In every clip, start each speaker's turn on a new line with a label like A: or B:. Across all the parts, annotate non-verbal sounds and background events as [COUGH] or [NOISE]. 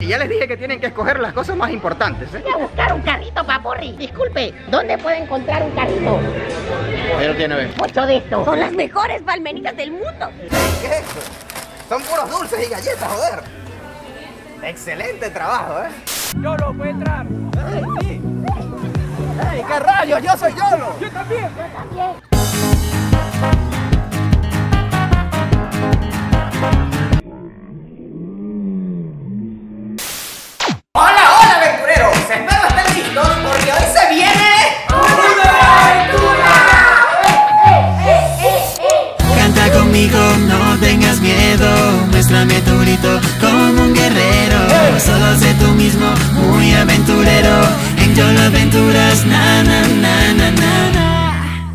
A: Y ya les dije que tienen que escoger las cosas más importantes, ¿eh?
B: Voy a buscar un carrito, papurri. Disculpe, ¿dónde puedo encontrar un carrito?
A: Pero tiene ve.
B: Mucho de estos.
C: Son las mejores palmeritas del mundo.
D: ¿Qué es esto? Son puros dulces y galletas, joder. Excelente trabajo, ¿eh?
E: Yolo puede entrar.
D: ¡Ey, sí! ¡Ey, qué rayos! ¡Yo soy Yolo!
E: Yo también.
D: ¡Hola, hola, aventureros! Espero estén listos porque hoy se viene... ¡Una aventura!
F: Canta conmigo, no tengas miedo. Muéstrame tu grito como un guerrero. Solo sé tú mismo, muy aventurero. En Yolo Aventuras, na na na na na na.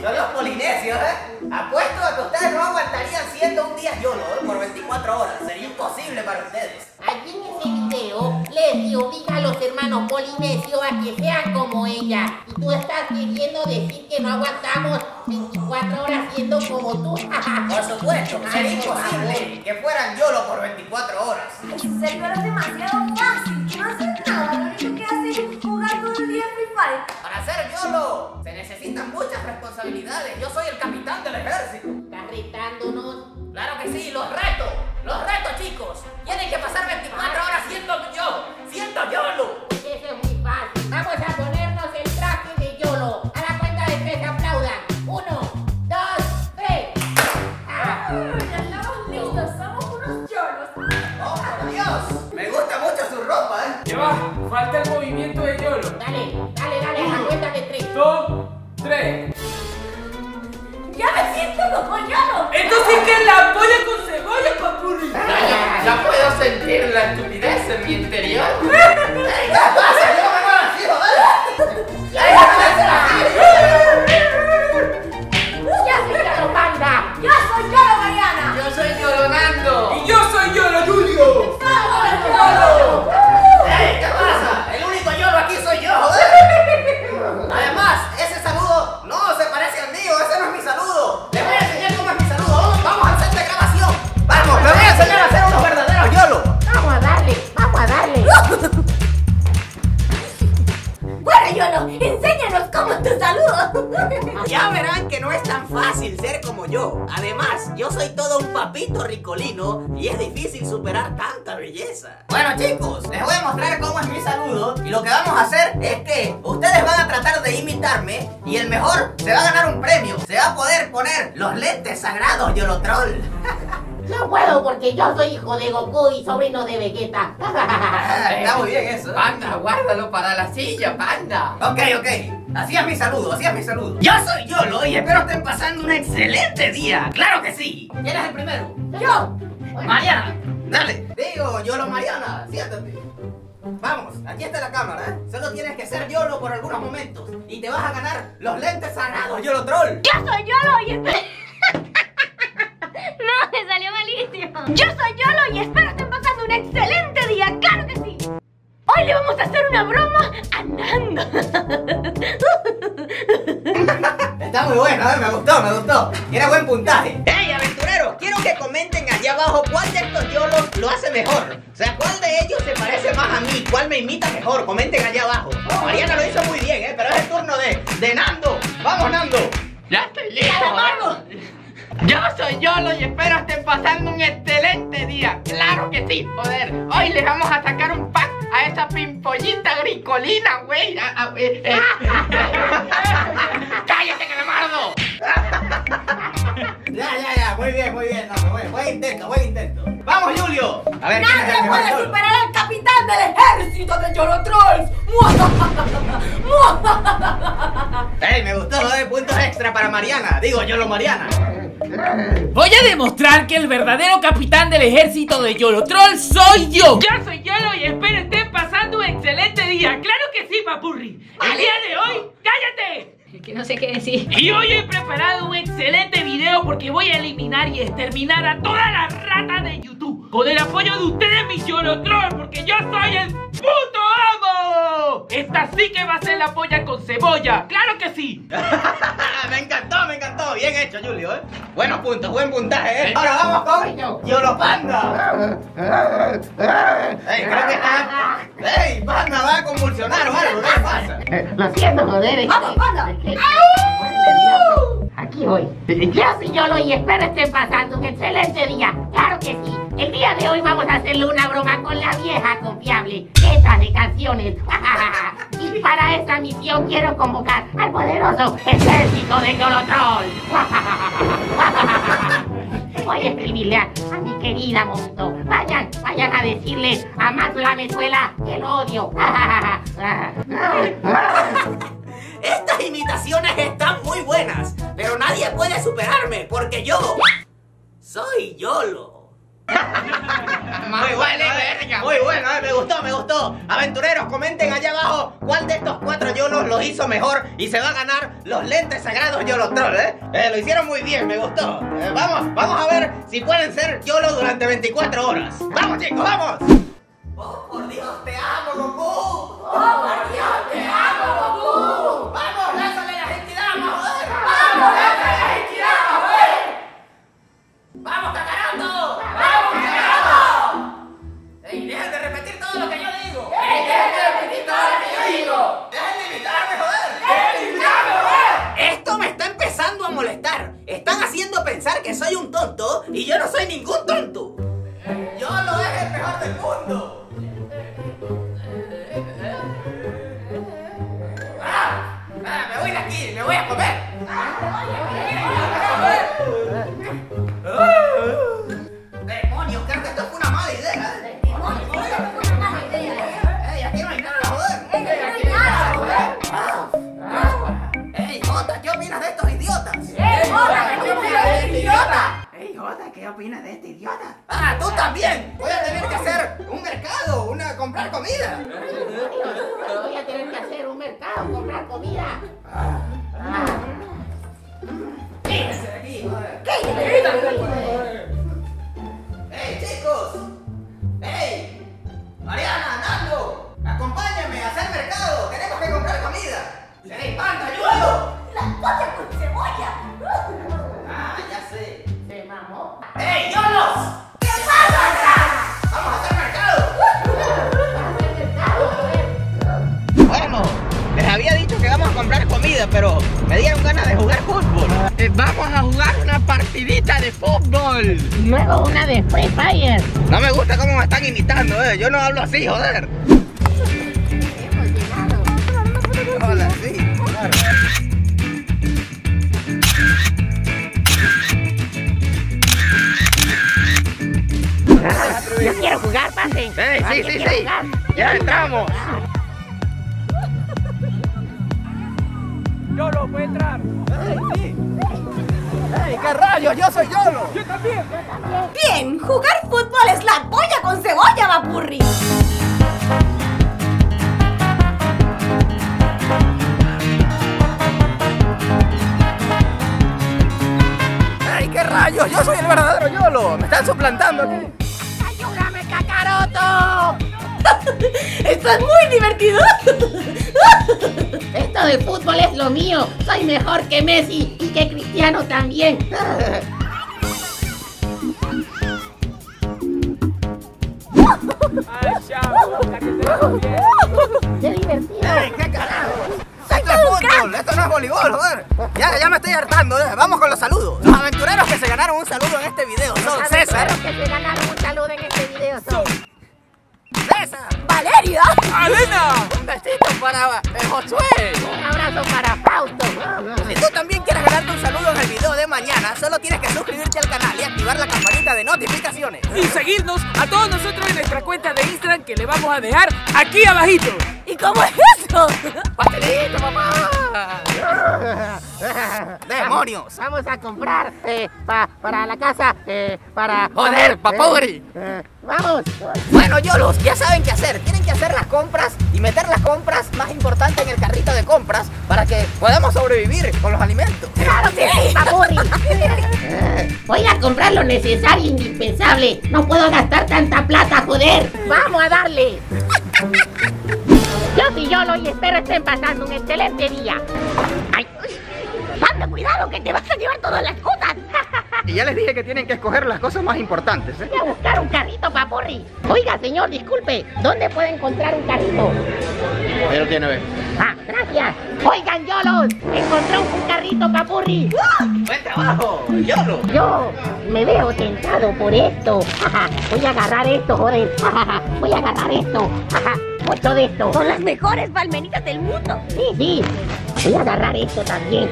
D: Son los polinesios, ¿eh? Apuesto a que ustedes no aguantarían siendo un día Yolo, ¿eh? Por 24 horas. Sería imposible para ustedes.
B: Allí en ese video, Leslie obliga a los hermanos Polinesio a que sean como ella. Y tú estás queriendo decir que no aguantamos 24 horas siendo como tú. [LAUGHS]
D: Por supuesto, sería imposible que fueran Yolo por 24 horas.
G: Sergio es demasiado fácil. No haces nada. Lo único que haces es jugar todo el día Free Fire.
D: Para ser Yolo se necesitan muchas responsabilidades. Yo soy el capitán del ejército.
B: Estás retándonos.
D: Claro que sí, los reto. Los reto, chicos. Tienen que pasar 24 horas siendo yo. Siendo Yolo.
B: Eso es muy fácil. Vamos a ponernos el traje de Yolo. A la cuenta de tres aplaudan. Uno, dos, tres. Ah.
G: Uy, andamos listos. Somos unos yolos.
D: ¡Oh, por Dios! Me gusta mucho su ropa, ¿eh?
E: Ya va. Falta el movimiento de Yolo.
B: Dale, dale, dale, a la cuenta de tres.
E: Dos, tres.
G: Ya me siento como yolo.
E: Entonces que la polla con cebolla, papurri.
H: Ya puedo sentir la estupidez en mi interior.
D: ¡Ey, qué pasa! ¡Yo me voy así, joder! ¡Ey,
B: ¡Ya soy la banda!
G: Yo soy yolo, Mariana.
H: Yo soy lloronando.
E: Y yo soy Yolo Julio.
G: ¡Somos yolos!
D: ¡Ey, qué pasa! El único Yolo aquí soy yo, joder. Además, ese saludo no se parece al mío. Ese no es mi saludo. Les voy a enseñar cómo es mi saludo. Vamos, vamos al set de grabación. Vamos, les voy a enseñar a hacer unos verdaderos Yolo.
B: Vamos a darle, vamos a darle.
C: [LAUGHS] Bueno, Yolo, enséñanos cómo es tu saludo.
D: Ya verán que no es tan fácil ser como yo. Además, yo soy todo un papito ricolino y es difícil superar tanta belleza. Bueno chicos, les voy a mostrar cómo es mi saludo y lo que vamos a hacer es que ustedes van a tratar de imitarme y el mejor se va a ganar un premio. Se va a poder poner los lentes sagrados Yolotrol.
B: [LAUGHS] No puedo porque yo soy hijo de Goku y sobrino de Vegeta. [LAUGHS]
D: Está muy bien eso. ¿eh?
H: Panda, guárdalo para la silla, panda.
D: Ok, ok. Así es mi saludo, así es mi saludo. Yo soy Yolo y espero estén pasando un excelente día. ¡Claro que sí! ¿Quién es el primero?
B: ¡Yo!
D: Mariana, dale. Digo, Yolo Mariana, siéntate. Vamos, aquí está la cámara, ¿eh? Solo tienes que ser Yolo por algunos momentos y te vas a ganar los lentes sagrados, Yolo Troll.
C: Yo soy Yolo y espero... no, me salió malísimo. Yo soy Yolo y espero estén pasando un excelente día, claro que sí. Hoy le vamos a hacer una broma a Nando. [LAUGHS]
D: Está muy bueno, ¿eh? me gustó, me gustó. Tiene buen puntaje. ¡Hey, aventureros! Quiero que comenten allá abajo cuál de estos Yolos lo hace mejor. O sea, cuál de ellos se parece más a mí, cuál me imita mejor. Comenten allá abajo. Oh, Mariana lo hizo muy bien, ¿eh? Pero es el turno de, de Nando. ¡Vamos, Nando!
H: Ya estoy listo. Yo soy Yolo y espero estén pasando un excelente día. Claro que sí, joder. Hoy les vamos a sacar un pack a esa pimpollita gricolina, güey. Ah, ah, eh, eh. [LAUGHS] ¡Cállate, calamardo!
D: Ya, ya, ya, muy bien, muy bien, no, buen, buen intento, buen intento. ¡Vamos, Julio! A ver, ¿quién es el
G: Nadie
D: mejor
G: puede
D: Yolo?
G: superar al capitán del ejército de Yolotrolls.
D: ¡Ey, me gustó! ¿eh? Puntos extra para Mariana. Digo, Yolo Mariana.
E: Voy a demostrar que el verdadero capitán del ejército de Yolotrol soy yo. Yo soy Yolo y espero estén pasando un excelente día. Claro que sí, papurri. El día de hoy, cállate.
C: Es que no sé qué decir.
E: Y hoy he preparado un excelente video porque voy a eliminar y exterminar a todas las ratas de YouTube. Con el apoyo de ustedes, mis Yolotrol, porque yo soy el puto amo. Yolo, esta sí que va a ser la polla con cebolla. ¡Claro que sí!
D: [LAUGHS] me encantó, me encantó. Bien hecho, Julio, ¿eh? Buenos puntos, buen puntaje, ¿eh? Ahora vamos con Yolo Panda. Ey, creo que está... Ey, Panda va a convulsionar o algo. ¿Qué le pasa?
B: Eh, Lo siento, joder. es
G: ¡Vamos,
B: que-
G: panda!
B: es que- nervioso. Aquí voy. Yo soy Yolo y espero estén pasando un excelente día. Claro que sí. El día de hoy vamos a hacerle una broma con la vieja confiable. Esa de canciones. [LAUGHS] y para esta misión quiero convocar al poderoso ejército de Golotrol. [LAUGHS] Voy a escribirle a, a mi querida Monto. Vayan, vayan a decirle a Max Lamezuela que lo odio. [LAUGHS]
D: Estas imitaciones están muy buenas, pero nadie puede superarme porque yo soy Yolo. Muy bueno, eh, muy bueno, eh, me gustó, me gustó. Aventureros, comenten allá abajo cuál de estos cuatro Yolos los hizo mejor y se va a ganar los lentes sagrados Yolotrol, ¿eh? Eh, Lo hicieron muy bien, me gustó. Eh, vamos, vamos a ver si pueden ser Yolo durante 24 horas. ¡Vamos, chicos, vamos! ¡Oh, por Dios, te amo, Goku! ¡Vamos, lánzale las Genkidama, joder! ¡Vamos, lánzale las Genkidama, joder! ¡Vamos, Kakaroto! ¡Vamos, Kakaroto! ¡Ey, dejen de repetir todo lo que yo digo! ¡Ey, dejen de repetir todo lo que yo digo! ¡Dejen de imitarme, joder! ¡Dejen de imitarme, joder! Esto me está empezando a molestar. Están haciendo pensar que soy un tonto y yo no soy ningún tonto. Yo lo es el mejor del mundo. Ah, me voy de aquí, me voy a comer. Demonios, creo que esto fue una mala idea. Demonios, Ey, aquí no hay nada, joder.
G: Ey, aquí no hay nada, joder.
D: Ah, Ey, Jota, ¿qué opinas de estos idiotas?
G: ¡Eh, Jota, ¿qué opinas de este
D: idiota? Ey, Jota, ¿qué opinas de este idiota? Ah, tú también. Voy a tener que hacer un mercado, una comprar comida.
B: Voy a tener que hacer un mercado, comprar comida.
D: ¡Hey, chicos! ¡Hey! Mariana, Nando, acompáñame a hacer mercado. Tenemos que comprar comida. ¡Hey, panda, ayúdalo!
G: ¡La polla con cebolla!
D: Ah, ya sé.
B: Se mamó.
D: ¡Hey, Yolos! ¿Qué pasa? ¡Vamos a hacer mercado! Bueno, les había dicho que vamos a comprar comida, pero me dieron ganas de jugar fútbol. Eh,
H: vamos a jugar una partidita de fútbol.
B: Luego una de Free Fire.
D: No me gusta cómo me están imitando, eh. Yo no hablo así, joder. Hola, sí. claro.
B: Yo quiero jugar, pasen.
A: Sí, sí, sí, sí. Ya entramos.
G: Bien, jugar fútbol es la polla con cebolla, Vapurri.
D: ¡Ay, qué rayos! Yo soy el verdadero Yolo. Me están suplantando aquí.
B: ¡Ayúdame, Kakaroto!
G: ¡Esto es muy divertido!
B: Esto de fútbol es lo mío. Soy mejor que Messi y que Cristiano [LAUGHS] también. ¡Qué divertido!
D: ¡Ey, qué carajo! ¡Esto es fútbol! ¡Esto no es voleibol, joder! Ya, ya me estoy hartando. eh. Vamos con los saludos. Los aventureros que se ganaron un saludo en este video son César.
B: Espero que se ganaron un saludo en este video. Son...
D: ¡César!
G: ¡Valeria!
D: ¡Alena! Un besito para eh, Josué.
B: Un abrazo para Fausto.
D: Si tú también quieres ganarte un saludo en el video de mañana, solo tienes que suscribirte al canal y activar la campanita de notificaciones.
E: Y seguirnos a todos nosotros en nuestra cuenta de Instagram que le vamos a dejar aquí abajito.
G: ¿Y cómo es eso?
D: ¡Pastelito, papá!
B: [LAUGHS]
D: ¡Demonios!
B: Vamos a comprar eh, pa- para la casa, eh, para...
D: ¡Joder, papuri!
B: Eh, ¡Vamos!
D: Bueno, Yolos, ya saben qué hacer. Tienen que hacer las compras y meter las compras más importantes en el carrito de compras para que podamos sobrevivir con los alimentos.
B: ¡Claro que sí,
D: [LAUGHS]
B: papurri! Voy a comprar lo necesario e indispensable. No puedo gastar tanta plata, joder. ¡Vamos a darle! Yo soy Yolo y espero estén pasando un excelente día. ¡Ay! ¡Anda, cuidado que te vas a llevar todas las cosas! [LAUGHS]
A: Y ya les dije que tienen que escoger las cosas más importantes, ¿eh?
B: Voy a buscar un carrito, papurri. Oiga, señor, disculpe, ¿dónde puedo encontrar un carrito?
A: Ahí lo tiene, ve.
B: Ah, gracias. Oigan, Yolos, encontré un carrito, papurri.
D: ¡Buen trabajo! ¡Yolo!
B: Yo me veo tentado por esto. [LAUGHS] Voy a agarrar esto, joder. [LAUGHS] Voy a agarrar esto. [LAUGHS] Mucho de esto.
C: Son las mejores palmeritas del mundo.
B: Sí, sí. Voy a agarrar esto también.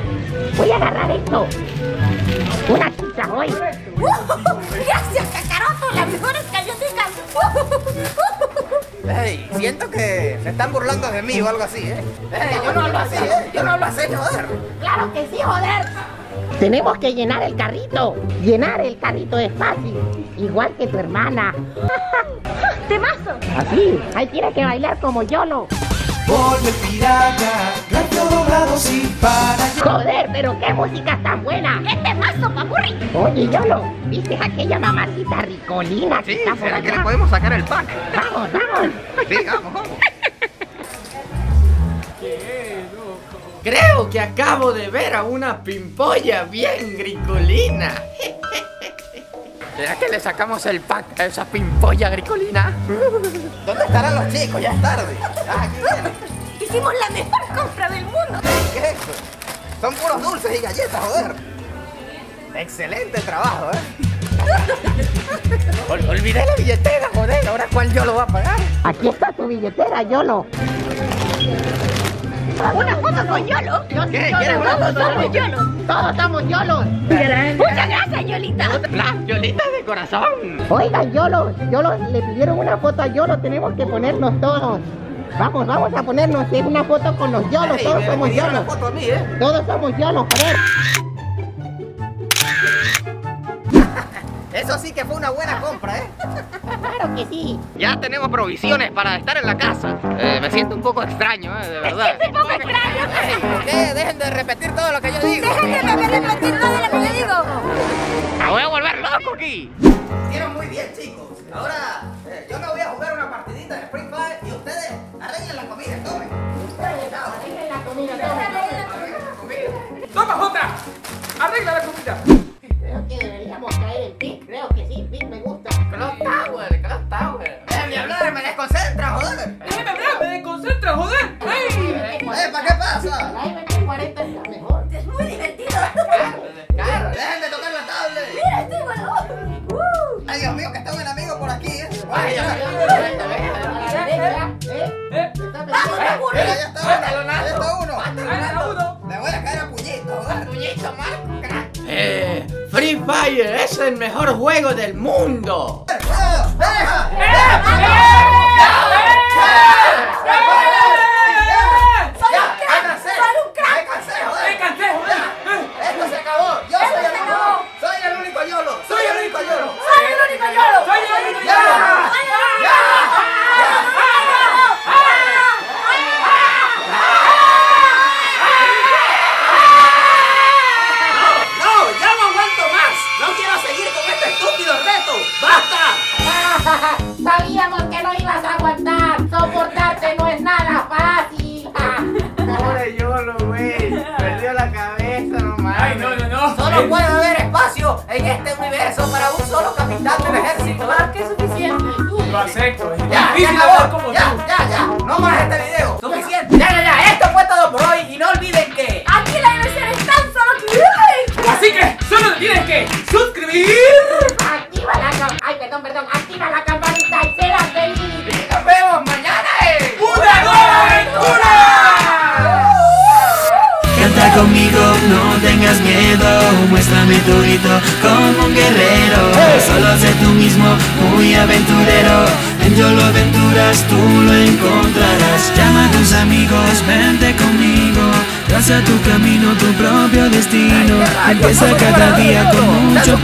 B: Voy a agarrar esto. Una pizza hoy.
G: ¡Gracias, Cacaroto! ¡Las mejores galletitas!
D: Ey, siento que se están burlando de mí o algo así, ¿eh? Ey, yo no hablo así, ¿eh? Yo no hablo así, joder.
B: Claro que sí, joder. Tenemos que llenar el carrito. Llenar el carrito es fácil. Igual que tu hermana. [LAUGHS]
C: ¡Temazo!
B: Así. Ahí tienes que bailar como Yolo.
F: Volve pirata, blanco dorado sin para
B: Joder, pero qué música tan buena.
C: ¡Qué temazo, papurri!
B: Oye, Yolo, ¿viste aquella mamacita ricolina que
A: Sí,
B: está por
A: ¿será que le
B: allá?
A: podemos sacar el pack? [LAUGHS]
B: Vamos, vamos.
A: Sí, vamos, vamos.
H: Creo que acabo de ver a una pimpolla bien
A: [LAUGHS]
H: gricolina. ¿Será que le sacamos el pack a esa pimpolla gricolina?
D: ¿Dónde estarán los chicos? Ya es tarde. Ah, aquí vienen.
C: Hicimos la mejor compra del mundo.
D: ¿Qué es esto? Son puros dulces y galletas, joder. Excelente trabajo, ¿eh? Ol- olvidé la billetera, joder. ¿Ahora cuál yo lo voy a pagar?
B: Aquí está tu billetera, Yolo.
C: Una foto con Yolo. Yo soy
D: ¿Qué?
C: Yolo.
D: ¿Quieres una
C: Todos
D: foto?
C: somos Yolo.
B: Todos somos Yolos.
C: Muchas gracias, Yolita.
H: Las violitas de corazón.
B: Oigan, Yolo, Yolo, le pidieron una foto a Yolo, tenemos que ponernos todos. Vamos, vamos a ponernos en una foto con los Yolos,
D: Ey,
B: todos
D: me
B: somos
D: pidieron
B: Yolos.
D: la foto a mí, ¿eh?
B: Todos somos Yolos, joder.
D: Eso sí que fue una buena compra, ¿eh?
B: Claro que sí.
H: Ya tenemos provisiones para estar en la casa. Eh, me siento un poco extraño, eh,
D: [LAUGHS]
H: de verdad.
C: Es un poco extraño.
D: ¿Qué? Dejen de repetir todo lo que yo digo.
G: Déjenme beber el platito de lo que yo digo.
H: Me voy a volver loco aquí.
D: Hicieron muy bien, chicos. Ahora, eh, yo me voy a jugar una partidita de Spring Fire y ustedes arreglen la comida, tomen.
H: ¡Toma otra! ¡Arregla la comida!
B: Creo que deberíamos caer en ti, creo que sí, sí, me gusta.
H: Clock Tower, Clock Tower.
D: Eh, ni hablar, me desconcentra, joder.
E: ¡Déjame hablar! ¡Me desconcentra, joder! ¡Ey!
D: Eh, ¿para qué pasa?
B: La MT40 es la mejor.
G: Es muy divertido.
D: Dejen de tocar la tablet.
G: Mira, estoy bueno. Uh.
D: Ay, Dios mío, que está un amigo por aquí, ¿eh?
H: Ay,
D: Ay,
H: Dios mío,
D: ya,
H: ay, Dios mío.
B: A la derecha, ¿eh?
E: ¡Eh!
B: Está
G: Vamos,
B: pegando.
G: Papurri.
D: Mira, ya está uno. Ya está
E: ¡Ay,
D: uno.
E: la uno!
D: Me voy a caer a puñito, joder.
H: Puñito, Marco, crack. Eh, Free Fire es el mejor juego del mundo.
D: ¡Ah! ¡Ah!
E: ¡Me cansé, joder!
D: ¡Esto se acabó! ¡Yo soy el único! ¡Soy el único Yolo! ¡Soy el único Yolo!
G: ¡Soy el único lloro!
E: ¡Soy el único
D: ¡Ya!
E: lloro!
D: ¡No! ¡Ya no aguanto más! ¡No quiero seguir con este estúpido reto! ¡Basta!
B: [LAUGHS] Sabíamos que no ibas a aguantar. Soportarte no es nada fácil. Ah,
H: Pobre Yolo, güey. Perdió la cabeza, no
E: ¡Ay, no, no, no!
D: Solo puede haber espacio en este universo para un solo capitán del ejército.
B: que es suficiente.
E: Lo acepto. Es
D: Ya,
E: difícil
D: ya
E: hablar
D: acabó,
E: como
D: ya,
E: tú.
D: ya, ya, no más este video, suficiente. Ya, ya, ya, esto fue todo por hoy y no olviden que...
G: Aquí la diversión es tan solo que...
E: Así que solo te tienes que suscribir.
B: Activa la campanita. Ay, perdón, perdón. Activa la campanita y serás feliz.
D: ¡Nos vemos mañana! eh.
E: ¡Una nueva aventura!
F: Canta conmigo, no tengas miedo, muéstrame tu grito como un guerrero. Solo sé tú mismo, muy aventurero. En Yolo Aventuras tú lo encontrarás. Llama a tus amigos, vente conmigo. Traza tu camino, tu propio destino. Empieza cada día con mucho